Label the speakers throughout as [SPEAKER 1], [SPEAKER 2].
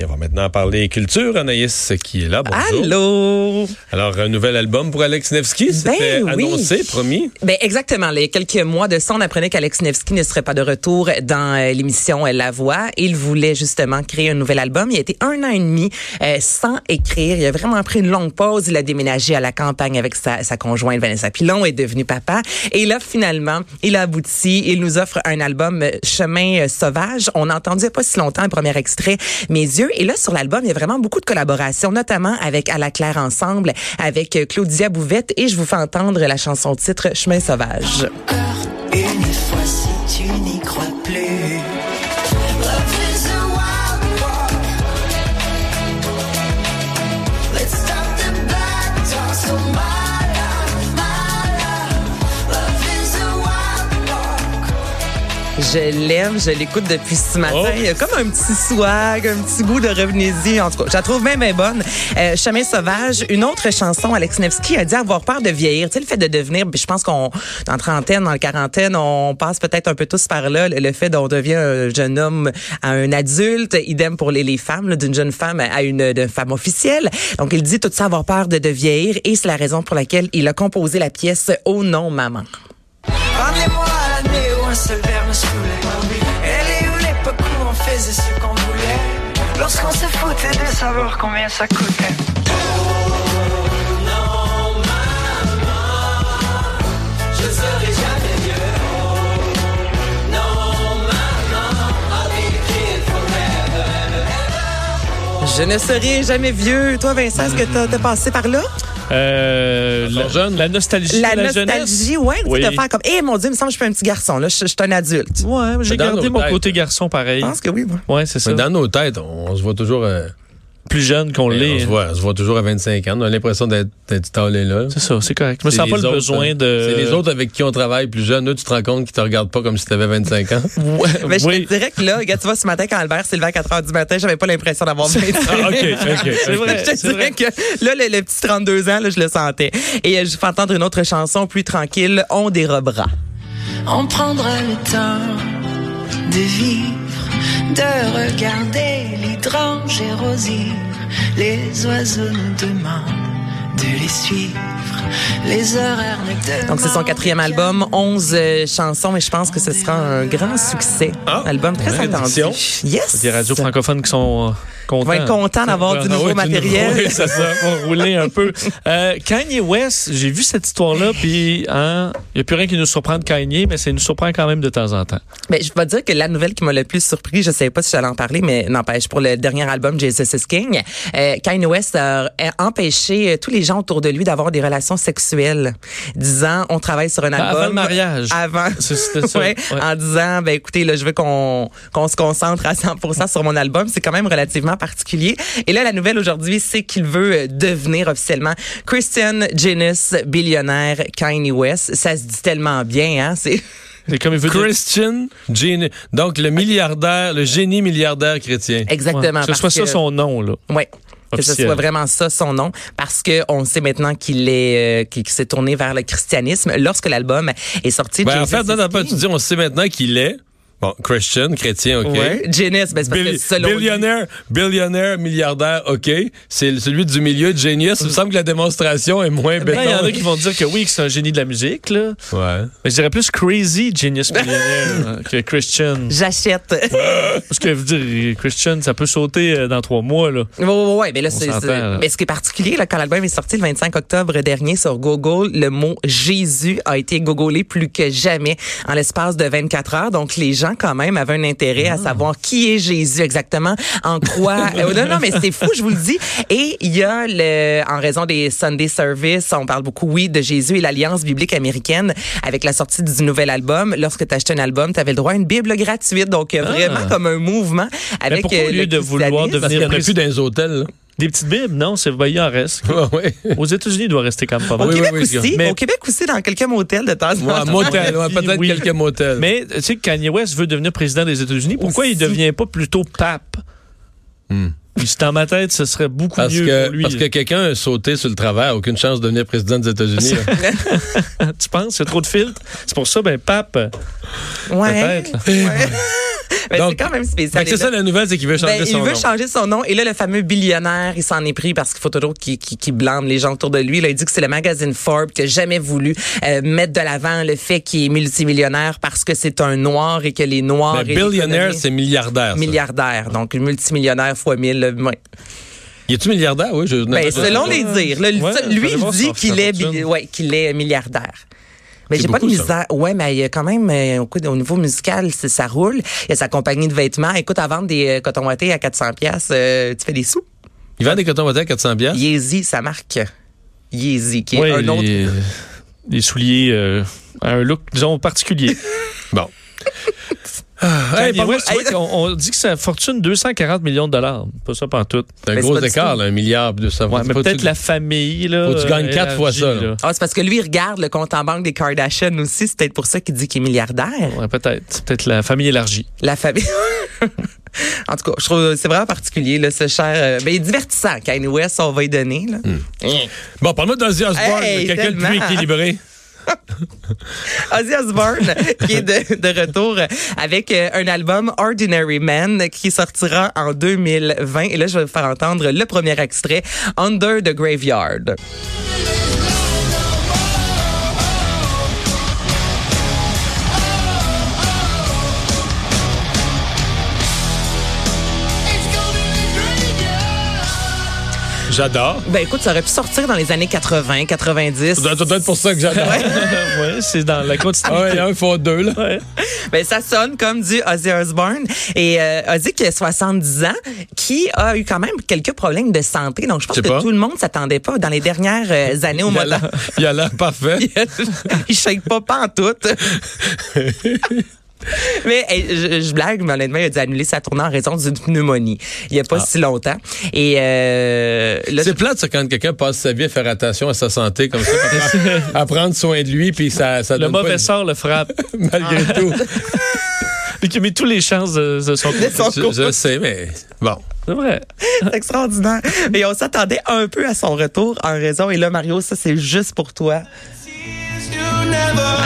[SPEAKER 1] Et on va maintenant parler culture, Anaïs, qui est là. Bonjour.
[SPEAKER 2] Allô!
[SPEAKER 1] Alors, un nouvel album pour Alex Nevsky, c'était
[SPEAKER 2] Ben oui.
[SPEAKER 1] annoncé, promis.
[SPEAKER 2] Ben exactement. Il y a quelques mois de ça, on apprenait qu'Alex Nevsky ne serait pas de retour dans euh, l'émission euh, La Voix. Il voulait justement créer un nouvel album. Il a été un an et demi euh, sans écrire. Il a vraiment pris une longue pause. Il a déménagé à la campagne avec sa, sa conjointe Vanessa Pilon, est devenu papa. Et là, finalement, il a abouti. Il nous offre un album euh, Chemin euh, sauvage. On entendait pas si longtemps un premier extrait, Mes yeux. Et là, sur l'album, il y a vraiment beaucoup de collaborations, notamment avec À la Claire Ensemble, avec euh, Claudia Bouvette. Et je vous fais entendre la chanson titre Chemin sauvage.
[SPEAKER 3] Une fois si tu n'y crois plus. Love is a wild war. Let's stop the bad talk. So my love, my love. Love is a wild war.
[SPEAKER 2] Je l'aime, je l'écoute depuis ce matin.
[SPEAKER 1] Oh.
[SPEAKER 2] Il y a comme un petit swag, un petit goût de revenez-y. En tout cas, je la trouve même bien bonne. Euh, Chemin sauvage, une autre chanson, Alex Nevsky a dit avoir peur de vieillir. Tu sais, le fait de devenir, je pense qu'on, dans la trentaine, dans la quarantaine, on passe peut-être un peu tous par là. Le, le fait d'on devient un jeune homme à un adulte, idem pour les, les femmes, là, d'une jeune femme à une, d'une femme officielle. Donc, il dit tout ça avoir peur de, de vieillir et c'est la raison pour laquelle il a composé la pièce Oh non, maman.
[SPEAKER 3] Rendez-moi à l'année où un seul verre me saoulait. Elle est où l'époque où on faisait ce qu'on voulait. Lorsqu'on se foutait de savoir combien ça coûtait.
[SPEAKER 2] Je ne serai jamais vieux. Toi, Vincent, est-ce que t'as as passé par là?
[SPEAKER 4] Euh, la,
[SPEAKER 1] jeune.
[SPEAKER 4] la nostalgie
[SPEAKER 2] La,
[SPEAKER 4] de la jeunesse.
[SPEAKER 2] nostalgie, ouais, tu sais,
[SPEAKER 4] Oui.
[SPEAKER 2] de faire comme, eh mon Dieu, il me semble que je suis un petit garçon, là, je, je suis un adulte.
[SPEAKER 4] Ouais, j'ai
[SPEAKER 1] Dans nos
[SPEAKER 4] gardé mon
[SPEAKER 1] têtes.
[SPEAKER 4] côté garçon pareil.
[SPEAKER 2] Je pense que oui, moi.
[SPEAKER 4] Ouais, c'est ça.
[SPEAKER 1] Mais Dans nos têtes, on, on se voit toujours, euh,
[SPEAKER 4] Plus jeune qu'on
[SPEAKER 1] on
[SPEAKER 4] l'est.
[SPEAKER 1] se voit, on se voit toujours à 25 ans. On a l'impression d'être d'être allé là.
[SPEAKER 4] C'est ça, c'est correct. Je me
[SPEAKER 1] C'est
[SPEAKER 4] sens
[SPEAKER 1] les
[SPEAKER 4] pas le
[SPEAKER 1] autres,
[SPEAKER 4] besoin
[SPEAKER 1] hein.
[SPEAKER 4] de.
[SPEAKER 1] C'est les autres avec qui on travaille plus jeunes. Eux, tu te rends compte qu'ils te regardent pas comme si tu avais 25 ans.
[SPEAKER 4] Ouais,
[SPEAKER 2] Mais Ben, je
[SPEAKER 4] oui.
[SPEAKER 2] te dirais que là, regarde, tu vois, ce matin, quand Albert s'est levé à 4 h du matin, j'avais pas l'impression d'avoir 20 ans.
[SPEAKER 4] Ah, ok, ok.
[SPEAKER 2] C'est vrai, je te
[SPEAKER 4] c'est
[SPEAKER 2] dirais
[SPEAKER 4] vrai.
[SPEAKER 2] que là, le, le petit 32 ans, là, je le sentais. Et euh, je vais entendre une autre chanson plus tranquille, On dérobera.
[SPEAKER 3] On prendra le temps de vivre, de regarder l'hydrange et rosir. Les oiseaux nous demandent de les suivre. Les horaires nous demandent.
[SPEAKER 2] Donc, c'est son quatrième album, 11 euh, chansons, et je pense que ce sera un grand succès.
[SPEAKER 1] Ah,
[SPEAKER 2] album très
[SPEAKER 1] bonne
[SPEAKER 2] attendu.
[SPEAKER 1] édition.
[SPEAKER 2] Yes!
[SPEAKER 4] Des radios francophones qui sont euh, contents.
[SPEAKER 2] On va être content d'avoir du
[SPEAKER 4] Ah ouais,
[SPEAKER 2] nouveau matériel.
[SPEAKER 4] nouveau, oui, c'est ça. On va rouler un peu. Euh, Kanye West, j'ai vu cette histoire-là, puis hein, il n'y a plus rien qui nous surprend de Kanye, mais ça nous surprend quand même de temps en temps.
[SPEAKER 2] Ben, je vais dire que la nouvelle qui m'a le plus surpris, je sais pas si j'allais en parler, mais n'empêche, pour le dernier album Jesus is King, euh, Kanye West a, a empêché euh, tous les gens autour de lui d'avoir des relations sexuelles, disant on travaille sur un
[SPEAKER 4] Ah,
[SPEAKER 2] album
[SPEAKER 4] avant le mariage.
[SPEAKER 2] avant,
[SPEAKER 4] C'est- c'était ça,
[SPEAKER 2] Ouais,
[SPEAKER 4] ouais. Ah.
[SPEAKER 2] en disant ben écoutez là, je veux qu'on qu'on se concentre à 100% sur mon album, c'est quand même relativement particulier. Et là, la nouvelle aujourd'hui, c'est qu'il veut euh, devenir officiellement Christian Janus, billionnaire Kanye West. Ça se dit tellement bien, hein, c'est
[SPEAKER 4] C'est comme il veut.
[SPEAKER 1] Christian Gene. Donc, le milliardaire, le génie milliardaire chrétien.
[SPEAKER 2] exactement.
[SPEAKER 4] Ouais, que
[SPEAKER 2] parce
[SPEAKER 4] ce soit ça
[SPEAKER 2] que-
[SPEAKER 4] son nom, là.
[SPEAKER 2] Oui. Que ce
[SPEAKER 4] Officiel.
[SPEAKER 2] soit vraiment ça son nom, parce que on sait maintenant qu'il est, euh, qu'il qu'il s'est tourné vers le christianisme lorsque l'album est sorti.
[SPEAKER 1] Ben, en
[SPEAKER 2] Jesus
[SPEAKER 1] fait, non,
[SPEAKER 2] is
[SPEAKER 1] non, pas,
[SPEAKER 2] King.
[SPEAKER 1] tu dis, on sait maintenant qu'il est. Bon, Christian, chrétien, OK.
[SPEAKER 2] Ouais. Genesis, ben, c'est parce que
[SPEAKER 1] Bill-
[SPEAKER 2] selon lui-
[SPEAKER 1] billionnaire, billionnaire, milliardaire, OK. C'est le- celui du milieu, genius. Il me semble que la démonstration est moins
[SPEAKER 4] Ben,
[SPEAKER 1] béton.
[SPEAKER 4] Il y en a qui vont dire que oui, que c'est un génie de la musique, là.
[SPEAKER 1] Ouais.
[SPEAKER 4] Mais Ben, je dirais plus Crazy Genius Millionaire euh, que Christian.
[SPEAKER 2] J'achète.
[SPEAKER 4] Parce que veut dire, Christian, ça peut sauter euh, dans trois mois, là.
[SPEAKER 2] Oui, oui, oui. Mais ben là, c'est,
[SPEAKER 4] s'entend,
[SPEAKER 2] c'est-
[SPEAKER 4] là.
[SPEAKER 2] mais ce qui est particulier, là, quand l'album est sorti le 25 octobre dernier sur Google, le mot Jésus a été googlé plus que jamais en l'espace de 24 heures. Donc, les gens gens, quand même, avaient un intérêt
[SPEAKER 4] Ah.
[SPEAKER 2] à savoir qui est Jésus exactement, en quoi. Euh, non, non, mais c'est fou, je vous le dis. Et il y a, le, en raison des Sunday Service, on parle beaucoup, oui, de Jésus et l'Alliance biblique américaine. Avec la sortie du nouvel album, lorsque tu achetais un album, tu avais le droit à une Bible gratuite. Donc, euh, vraiment comme un mouvement. Avec,
[SPEAKER 4] Ah. pourquoi
[SPEAKER 2] euh,
[SPEAKER 4] au lieu
[SPEAKER 2] le
[SPEAKER 4] de vouloir
[SPEAKER 2] christianisme?
[SPEAKER 4] devenir-
[SPEAKER 1] Parce qu'il n'y en a plus dans les hôtels.
[SPEAKER 4] Des petites bibles, non, c'est ben, il en reste.
[SPEAKER 1] là. Ouais, ouais.
[SPEAKER 4] Aux États-Unis, il doit rester quand même pas
[SPEAKER 2] Au
[SPEAKER 4] mal.
[SPEAKER 1] Oui, oui,
[SPEAKER 2] Québec
[SPEAKER 1] oui, c'est
[SPEAKER 2] aussi,
[SPEAKER 4] ça. Mais-
[SPEAKER 2] au Québec aussi, dans quelques motels de temps en
[SPEAKER 1] Ouais,
[SPEAKER 2] temps.
[SPEAKER 1] motel, ouais, peut-être
[SPEAKER 4] Oui.
[SPEAKER 1] quelques motels.
[SPEAKER 4] Mais tu sais, Kanye West veut devenir président des États-Unis. Pourquoi il
[SPEAKER 2] Aussi.
[SPEAKER 4] ne devient pas plutôt pape? Puis c'est dans ma tête, ce serait beaucoup
[SPEAKER 1] Hmm. parce
[SPEAKER 4] mieux
[SPEAKER 1] que,
[SPEAKER 4] pour lui.
[SPEAKER 1] parce que quelqu'un a sauté sur le travers, aucune chance de devenir président des États-Unis. là.
[SPEAKER 4] Tu penses? Il y a trop de filtres. C'est pour ça, ben, pape,
[SPEAKER 2] Ouais.
[SPEAKER 4] peut-être.
[SPEAKER 2] Ben,
[SPEAKER 1] Donc,
[SPEAKER 2] c'est quand même
[SPEAKER 1] Fait
[SPEAKER 2] spécial.
[SPEAKER 1] que c'est
[SPEAKER 2] Et là-
[SPEAKER 1] ça la nouvelle, c'est qu'il veut changer
[SPEAKER 2] Ben, il
[SPEAKER 1] son
[SPEAKER 2] veut
[SPEAKER 1] nom.
[SPEAKER 2] changer son nom. Et là, le fameux billionnaire, il s'en est pris parce qu'il faut toujours qu'il qu'il- qu'il blâme les gens autour de lui. Là, il dit que c'est le magazine Forbes qui a jamais voulu euh, mettre de l'avant le fait qu'il est multimillionnaire parce que c'est un noir et que les noirs.
[SPEAKER 1] Mais
[SPEAKER 2] et les
[SPEAKER 1] billionaire,
[SPEAKER 2] Polonais-
[SPEAKER 1] Ben, c'est milliardaire. ça.
[SPEAKER 2] milliardaire. Donc, multimillionnaire fois mille. là, ouais.
[SPEAKER 1] Y est-tu milliardaire? Oui, je.
[SPEAKER 2] Ben, selon
[SPEAKER 4] sais
[SPEAKER 2] les
[SPEAKER 4] pas.
[SPEAKER 2] dires. là, lui,
[SPEAKER 4] Ouais,
[SPEAKER 2] ça,
[SPEAKER 4] fallait
[SPEAKER 2] lui
[SPEAKER 4] voir
[SPEAKER 2] dit
[SPEAKER 4] sur sa
[SPEAKER 2] qu'il est,
[SPEAKER 4] fortune.
[SPEAKER 2] bi- ouais, qu'il est milliardaire. Mais
[SPEAKER 1] C'est
[SPEAKER 2] j'ai pas de
[SPEAKER 1] beaucoup, ça.
[SPEAKER 2] misère. Ouais, mais il y a quand même, euh, au, coup- au niveau musical, c'est- ça roule. Il y a sa compagnie de vêtements. Écoute, à vendre des euh, cotons wattés à 400 pièces, euh, tu fais des sous.
[SPEAKER 1] Il vend des cotons à 400 bières.
[SPEAKER 2] Yeezy, sa marque. Yeezy, qui est
[SPEAKER 4] Ouais,
[SPEAKER 2] un autre.
[SPEAKER 4] Hein? les, les souliers euh, à un look, disons, particulier. Ah,
[SPEAKER 1] Bon.
[SPEAKER 4] Kanye
[SPEAKER 1] pardon.
[SPEAKER 4] West, tu vois qu'on- on, dit que sa fortune, 240 millions de dollars. Pas ça, pas en tout.
[SPEAKER 1] C'est un
[SPEAKER 2] Mais c'est
[SPEAKER 1] gros
[SPEAKER 2] pas du
[SPEAKER 1] écart,
[SPEAKER 2] tout.
[SPEAKER 1] là, un milliard de ça.
[SPEAKER 4] Ouais, mais
[SPEAKER 1] Faut-tu-
[SPEAKER 4] peut-être la famille, là.
[SPEAKER 1] Faut que tu gagnes
[SPEAKER 4] euh,
[SPEAKER 1] quatre fois
[SPEAKER 4] élargie,
[SPEAKER 1] ça, là.
[SPEAKER 2] Ah, c'est parce que lui, il regarde le compte en banque des Kardashian aussi. C'est peut-être pour ça qu'il dit qu'il est milliardaire.
[SPEAKER 4] Ouais, peut-être. C'est Peut-être la famille élargie.
[SPEAKER 2] La famille. en tout cas, je trouve c'est vraiment particulier, là, ce cher. euh, ben, il est divertissant. Kanye West, on va y donner, là.
[SPEAKER 1] Hmm.
[SPEAKER 2] Eh.
[SPEAKER 1] Bon, parle-moi d'Ozzy Osbourne,
[SPEAKER 2] Hey,
[SPEAKER 1] quelqu'un de plus
[SPEAKER 2] tellement.
[SPEAKER 1] équilibré.
[SPEAKER 2] Ozzy Osbourne qui est de, de retour avec euh, un album Ordinary Man qui sortira en 2020 et là je vais vous faire entendre le premier extrait Under the Graveyard.
[SPEAKER 1] J'adore.
[SPEAKER 2] Ben écoute, ça aurait pu sortir dans les années 80, 90.
[SPEAKER 1] C'est peut-être pour ça que j'adore.
[SPEAKER 4] ouais, c'est dans la
[SPEAKER 1] Ah
[SPEAKER 4] continuité.
[SPEAKER 1] ouais, un fois deux, là.
[SPEAKER 4] Ouais.
[SPEAKER 2] Ben ça sonne comme du Ozzy Osbourne et euh, Ozzy qui a 70 ans qui a eu quand même quelques problèmes de santé donc je pense
[SPEAKER 1] Je sais
[SPEAKER 2] que
[SPEAKER 1] pas.
[SPEAKER 2] tout le monde s'attendait pas dans les dernières euh, années au
[SPEAKER 1] Il a
[SPEAKER 2] mois de-
[SPEAKER 1] l'air- Il a l'air parfait.
[SPEAKER 2] il shake pas pas en tout. Mais hey, je, je blague, mais honnêtement, il a dû annuler sa tournée en raison d'une pneumonie. Il n'y a pas si longtemps. Et euh,
[SPEAKER 1] Ah.
[SPEAKER 2] là,
[SPEAKER 1] C'est plate, ça, quand quelqu'un passe sa vie à faire attention à sa santé comme ça, à- à prendre soin de lui, puis ça, ça
[SPEAKER 4] Le
[SPEAKER 1] donne pas
[SPEAKER 4] mauvais
[SPEAKER 1] une-
[SPEAKER 4] sort le frappe.
[SPEAKER 1] malgré tout.
[SPEAKER 4] Et qui met toutes les chances de, de son côté.
[SPEAKER 2] son-
[SPEAKER 1] Je, je sais, mais bon.
[SPEAKER 4] C'est vrai.
[SPEAKER 2] c'est extraordinaire. Mais on s'attendait un peu à son retour en raison. Et là, Mario, ça, c'est juste pour toi.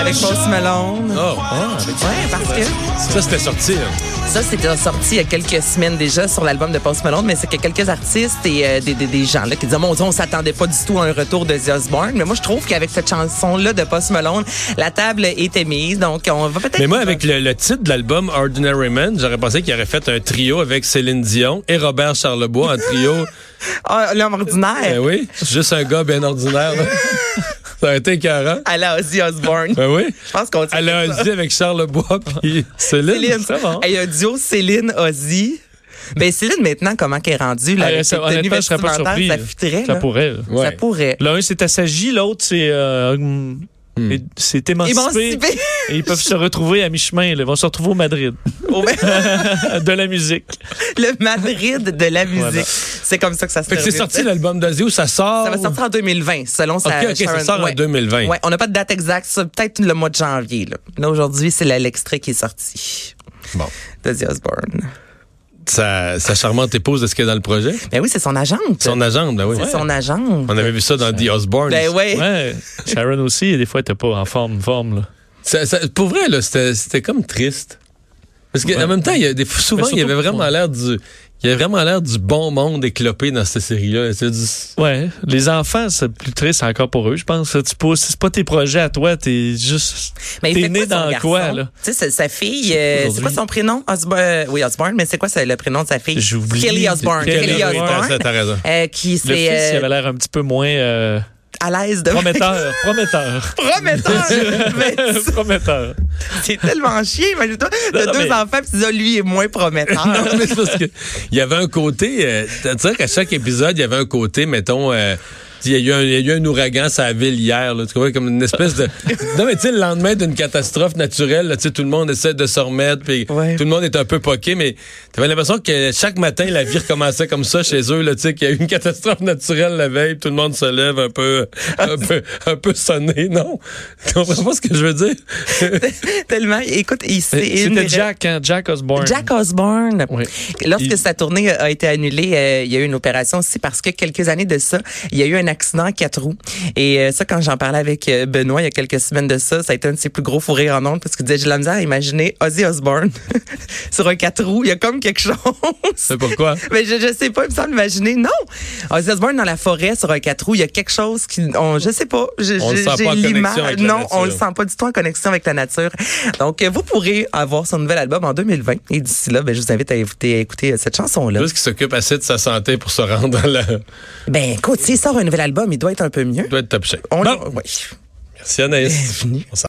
[SPEAKER 2] Avec Post Malone.
[SPEAKER 1] Oh,
[SPEAKER 2] Ouais, parce que...
[SPEAKER 1] ça, c'était sorti. hein. là.
[SPEAKER 2] Ça, c'était sorti il y a quelques semaines déjà sur l'album de Post Malone, mais c'est que quelques artistes et euh, des, des, des gens là, qui disaient, mon Dieu, on s'attendait pas du tout à un retour de The Osbourne. Mais moi, je trouve qu'avec cette chanson-là de Post Malone, la table était mise. Donc, on va peut-être...
[SPEAKER 1] Mais moi, avec le, le titre de l'album Ordinary Man, j'aurais pensé qu'il aurait fait un trio avec Céline Dion et Robert Charlebois en trio.
[SPEAKER 2] Ah, L'homme ordinaire,
[SPEAKER 4] Eh
[SPEAKER 1] ben oui, juste un gars bien ordinaire. là. ça aurait été écœurant.
[SPEAKER 2] à la Ozzy Osbourne.
[SPEAKER 1] Ben oui.
[SPEAKER 2] Je pense qu'on...
[SPEAKER 1] Elle a dit avec Charlebois puis Céline.
[SPEAKER 2] Céline.
[SPEAKER 4] ça va.
[SPEAKER 2] Hey, un duo Céline-Ozzy. Ben, Céline, maintenant, comment qu'elle est rendue? Là,
[SPEAKER 4] Ah,
[SPEAKER 2] avec
[SPEAKER 4] ça,
[SPEAKER 2] cette tenue
[SPEAKER 4] honnêtement, je serais pas
[SPEAKER 2] vestimentaire,
[SPEAKER 4] surpris.
[SPEAKER 2] Ça fitterait,
[SPEAKER 4] Ça
[SPEAKER 2] là.
[SPEAKER 4] pourrait. là.
[SPEAKER 1] Ouais.
[SPEAKER 2] Ça pourrait.
[SPEAKER 4] L'un, c'est assagi, l'autre, c'est. euh,
[SPEAKER 1] Hmm.
[SPEAKER 4] hum, et- C'est émancipé.
[SPEAKER 2] Émancipé.
[SPEAKER 4] Et ils peuvent se retrouver à mi-chemin. là. Ils vont se retrouver au Madrid.
[SPEAKER 2] Oh, ben,
[SPEAKER 4] de la musique.
[SPEAKER 2] le Madrid de la musique.
[SPEAKER 4] Voilà.
[SPEAKER 2] C'est comme ça que ça se
[SPEAKER 1] Fait que c'est
[SPEAKER 2] termine.
[SPEAKER 1] sorti l'album d'Ozzy où ça sort.
[SPEAKER 2] Ça
[SPEAKER 4] Oh.
[SPEAKER 2] va sortir en 2020, selon sa.
[SPEAKER 1] Ok, ok, ça
[SPEAKER 2] Sharon-
[SPEAKER 1] sort en
[SPEAKER 2] ouais.
[SPEAKER 1] 2020.
[SPEAKER 2] Ouais, on n'a pas de date exacte, ça, peut-être le mois de janvier. Là, Là, aujourd'hui, c'est la- l'extrait qui est sorti
[SPEAKER 1] Bon.
[SPEAKER 2] de The Osbourne.
[SPEAKER 1] Ça, ça charmante épouse de ce qu'il y a dans le projet.
[SPEAKER 2] Ben oui, c'est son agente.
[SPEAKER 1] Son agenda, ben oui.
[SPEAKER 2] C'est son agente.
[SPEAKER 1] On avait vu ça dans The Osbourne.
[SPEAKER 2] Ben oui.
[SPEAKER 4] Ouais. Sharon aussi, des fois, elle était pas en forme. forme là.
[SPEAKER 1] Ça- ça- pour vrai, là, c'était, c'était comme triste. Parce qu'en même temps, il y a des, souvent,
[SPEAKER 4] Mais Ben, surtout
[SPEAKER 1] il y avait vraiment
[SPEAKER 4] pour-
[SPEAKER 1] l'air du. Il y avait vraiment l'air du bon monde éclopé dans cette série-là. C'est du-
[SPEAKER 4] Ouais. Les enfants, c'est plus triste encore pour eux, je pense. Tu pousses- c'est pas tes projets à toi, t'es juste.
[SPEAKER 2] Mais il
[SPEAKER 4] t'es
[SPEAKER 2] fait
[SPEAKER 4] né
[SPEAKER 2] quoi, son
[SPEAKER 4] dans
[SPEAKER 2] garçon?
[SPEAKER 4] quoi, là?
[SPEAKER 2] Tu sais, sa- sa fille, euh, c'est
[SPEAKER 4] Aujourd'hui.
[SPEAKER 2] quoi son prénom? Osbourne. euh, Oui, Osbourne, mais c'est quoi ça, le prénom de sa fille?
[SPEAKER 4] J'oublie.
[SPEAKER 2] Kelly Osbourne.
[SPEAKER 4] Kelly
[SPEAKER 2] Kelly
[SPEAKER 1] Oui, t'as-
[SPEAKER 2] Osbourne.
[SPEAKER 1] t'as raison.
[SPEAKER 2] euh, qui
[SPEAKER 4] Le fils,
[SPEAKER 2] c'est
[SPEAKER 4] il avait l'air un petit peu moins. euh,
[SPEAKER 2] à l'aise de
[SPEAKER 4] Prometteur, prometteur.
[SPEAKER 2] Prometteur! Mais
[SPEAKER 4] prometteur.
[SPEAKER 2] c'est tellement chiant, imagine-toi. T'as
[SPEAKER 4] non,
[SPEAKER 2] deux
[SPEAKER 4] mais-
[SPEAKER 2] enfants, puis tu dis, Ah, lui, il est moins prometteur.
[SPEAKER 1] Non, mais c'est parce que il y avait un côté, euh, c'est-à-dire qu'à chaque épisode, il y avait un côté, mettons, euh, il y, a eu un, il y a eu un ouragan sur la ville hier, là, tu vois, comme une espèce de... Non, mais tu sais, le lendemain d'une catastrophe naturelle, là, tu sais, tout le monde essaie de se remettre, puis
[SPEAKER 2] Ouais.
[SPEAKER 1] tout le monde est un peu poqué, mais t'avais l'impression que chaque matin, la vie recommençait comme ça chez eux, là, tu sais, qu'il y a eu une catastrophe naturelle la veille, puis tout le monde se lève un peu, un peu, un peu sonné, non? Tu comprends pas ce que je veux dire?
[SPEAKER 2] tellement. Écoute, il c'est une des-
[SPEAKER 4] Euh, C'était Jack, hein? Jack Osborne.
[SPEAKER 2] Jack Osborne.
[SPEAKER 4] Oui.
[SPEAKER 2] Lorsque
[SPEAKER 4] Il-
[SPEAKER 2] sa tournée a été annulée, euh, il y a eu une opération aussi parce que quelques années de ça, il y a eu un accident à quatre roues. Et euh, ça, quand j'en parlais avec euh, Benoît il y a quelques semaines de ça, ça a été un de ses plus gros fourrés en ondes parce qu'il disait, j'ai de la misère à imaginer Ozzy Osbourne sur un quatre roues. Il y a comme quelque chose.
[SPEAKER 1] C'est pourquoi?
[SPEAKER 2] Mais je, je sais pas, il me semble imaginer. Non! Ah, Ozzy Osbourne dans la forêt sur un quatre roues, il y a quelque chose qui. On, je sais pas. Je,
[SPEAKER 1] On le
[SPEAKER 2] je-
[SPEAKER 1] sent
[SPEAKER 2] j'ai
[SPEAKER 1] pas en connexion
[SPEAKER 2] l'image.
[SPEAKER 1] avec la
[SPEAKER 2] Non, on
[SPEAKER 1] nature.
[SPEAKER 2] le sent pas du tout en connexion avec la nature. Donc, euh, vous pourrez avoir son nouvel album en 2020. Et d'ici là, ben, je vous invite à écouter, à écouter euh, cette chanson-là.
[SPEAKER 1] Juste qu'il s'occupe assez de sa santé pour se rendre dans la...
[SPEAKER 2] Ben, écoute, s'il sort un nouvel album, il doit être un peu mieux.
[SPEAKER 1] doit être top shape.
[SPEAKER 2] On
[SPEAKER 1] Bon.
[SPEAKER 2] oui.
[SPEAKER 1] Merci Anaïs. On s'en-